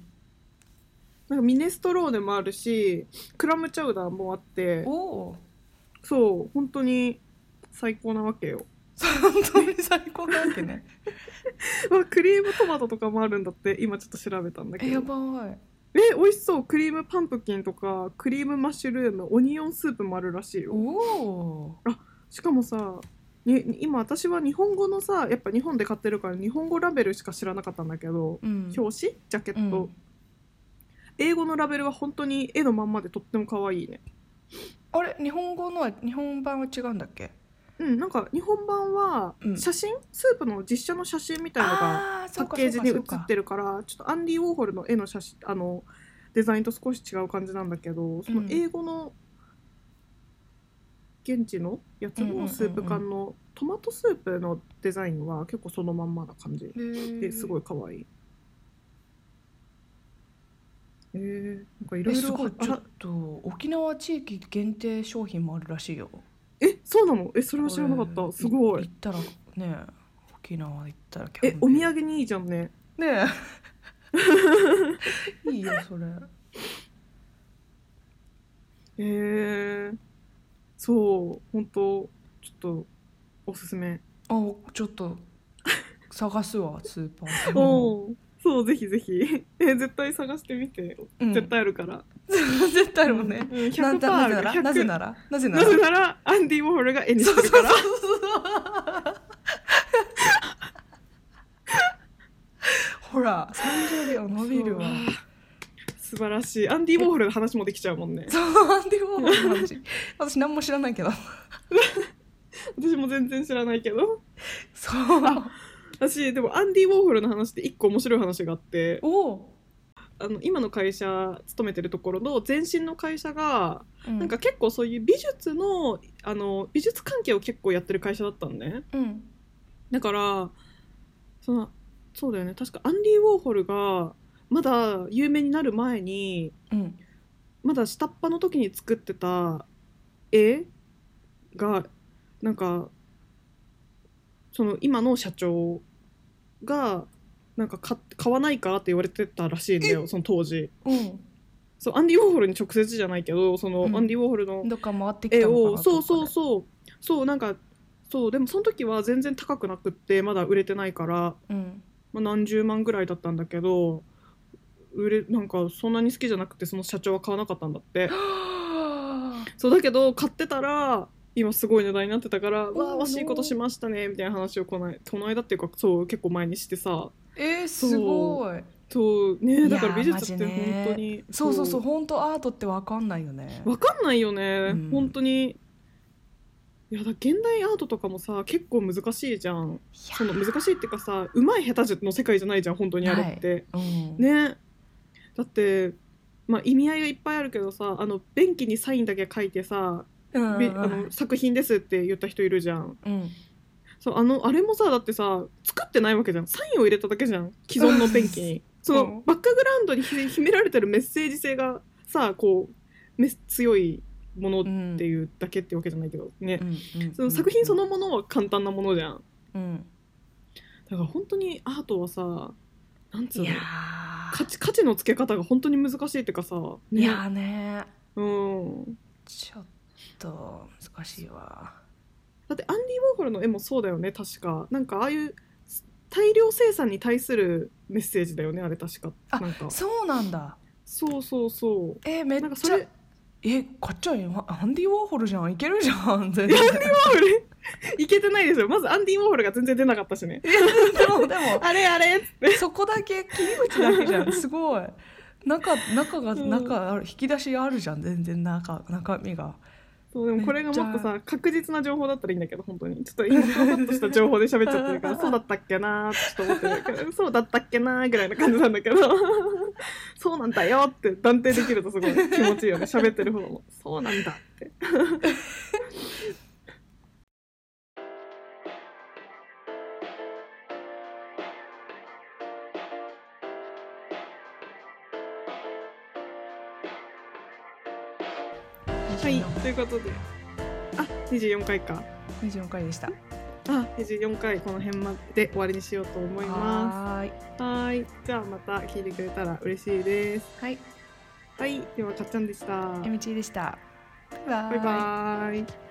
C: なんかミネストローネもあるしクラムチャウダーもあって
D: おお
C: そう本当に最高なわけよ
D: ー本当に最高なんてね
C: わクリームトマトとかもあるんだって今ちょっと調べたんだけ
D: え
C: ど
D: やばい
C: え美味しそうクリームパンプキンとかクリームマッシュルームオニオンスープもあるらしい
D: お
C: よ
D: お
C: しかもさにに今私は日本語のさやっぱ日本で買ってるから日本語ラベルしか知らなかったんだけど
D: ー、うん
C: 表紙ジャケット、
D: うん
C: 英語のラベルは本当に絵のまんまでとっても可愛いね
D: あれ日本語のは日本版は違うんだっけ
C: うんなんか日本版は
D: うん
C: 写真、スープの実写の写真みたいのが
D: あー
C: パ
D: そう
C: ッ
D: か
C: ケージに
D: そ
C: 写
D: うかそう
C: っ
D: か
C: てるからちょっとアンディ・ウォーホルの絵の写真あのデザインと少し違う感じなんだけどその英語の現地のやつ
D: うんうんうんう
C: の
D: ん
C: スープ缶のトマトスープのデザインは結構そのまんまな感じ
D: へー
C: ですごい可愛いえー、なんかいろい
D: えすご
C: ろ
D: いちょっと沖縄地域限定商品もあるらしいよ
C: えそうなのえそれは知らなかっ
D: これ
C: たすごい
D: 行ったらね沖縄行ったらキャ
C: え
D: ンベ
C: お
D: ル
C: 土産にいいじゃんね
D: ね えいいよそれ
C: えー、そう本当ちょっとおすすめ
D: あちょっと探すわスーパーでも
C: おーそうぜひぜひえ絶対探してみて、
D: うん
C: 絶対あるから
D: 絶対あるもんね、
C: うん100%
D: なな
C: あ
D: ぜ
C: る
D: ならなぜならなぜな
C: な
D: ら
C: ぜならアンディ・ウォーホルが絵にしてるから
D: ほら30秒伸びるわ
C: そう素晴らしいアンディ・ウォーホルの話もできちゃうもんね
D: そうでも私私何も知らないけど
C: 私も全然知らないけど
D: そう
C: 私でもアンディ・ウォーホルの話で一個面白い話があって
D: おお、
C: あの今の会社勤めてるところの前身の会社が、
D: う
C: なんか結構そういう美術のあの美術関係を結構やってる会社だったんね。
D: うん
C: だからそのそうだよね確かアンディ・ウォーホルがまだ有名になる前に
D: うん
C: まだ下っ端の時に作ってた絵がなんかその今の社長がなんか買買わないかって言われてたらしいんだよその当時
D: うん
C: そうアンディ・ウォーホルに直接じゃないけどその、
D: うん
C: アンディ・ウォーホルの
D: どっか回ってき
C: 絵
D: たのかな
C: をそうそう
D: う
C: そうそうなんかそうでもその時は全然高くなくってまだ売れてないから、
D: うん
C: まあ、何十万ぐらいだったんだけど売れなんかそんなに好きじゃなくてその社長は買わなかったんだってそうだけど買ってたら今すごい値段になってたから「わあ惜しいことしましたね」みたいな話をこないこの間っていうかそう結構前にしてさ
D: えー、すごい
C: そうねだから
D: いやー
C: 美術って
D: マジね
C: 本当に
D: そうそうそう本当アートってわかんないよね
C: わかんないよね、
D: うん
C: 本当にいやだ現代アートとかもさ結構難しいじゃんその難しいっていうかさうまい下手じゃの世界じゃないじゃん本当にあれって、
D: うん、
C: ねだってまあ意味合いがいっぱいあるけどさあの便器にサインだけ書いてさ、
D: うん
C: べあの作品ですって言った人いるじゃん
D: うん
C: そうあのあれもさだってさ作ってないわけじゃんサインを入れただけじゃん既存の便器にその、
D: うん
C: バックグラウンドにひ秘められてるメッセージ性がさこうめ強いものっていうだけってわけじゃないけどね、その作品そ、のものは簡単なものじゃん
D: うんうん
C: だから本当にアートはさなんつ
D: う
C: う
D: ん、い
C: の
D: や
C: 価値価値の付け方が本当に難しいっていうかさ、
D: ー
C: ね
D: いやーね
C: うん、
D: ちょっと難しいわ
C: だってアンディ・ウォーホルの絵もそうだよね確かなんかああいう大量生産に対するメッセージだよねあれ確か
D: あ
C: なんか
D: そうなんだ
C: そうそうそう
D: えー、めっ
C: なんか
D: ち
C: そ
D: ゃ
C: れ
D: え買っちゃうよアンディ・ウォーホルじゃんいけるじゃん全然
C: ウォーホルいけてないですよまずアンディ・ウォーホルが全然出なかったしね
D: でもでも
C: あれあれ
D: そこだけ切り口だけじゃ んすごい中中が
C: うん
D: 中ある引き出しあるじゃん全然中中身が
C: そうでもこれがもっと
D: め
C: さ確実な情報だったらいいんだけど本当にちょっと今ふわっとした情報で喋っちゃってるから そうだったっけなーってちょっと思ってるけどそうだったっけなーぐらいな感じなんだけどそうなんだよって断定できるとすごい気持ちいいよね喋ってる方もそうなんだってはいということであ24回か
D: 24回でした
C: あ24回この辺まで終わりにしようと思いま
D: はーい
C: すはーいじゃあまた聞いてくれたら嬉しいです
D: はい
C: はいではかっちゃんでした
D: えみちでしたバイバ
C: バイバーイ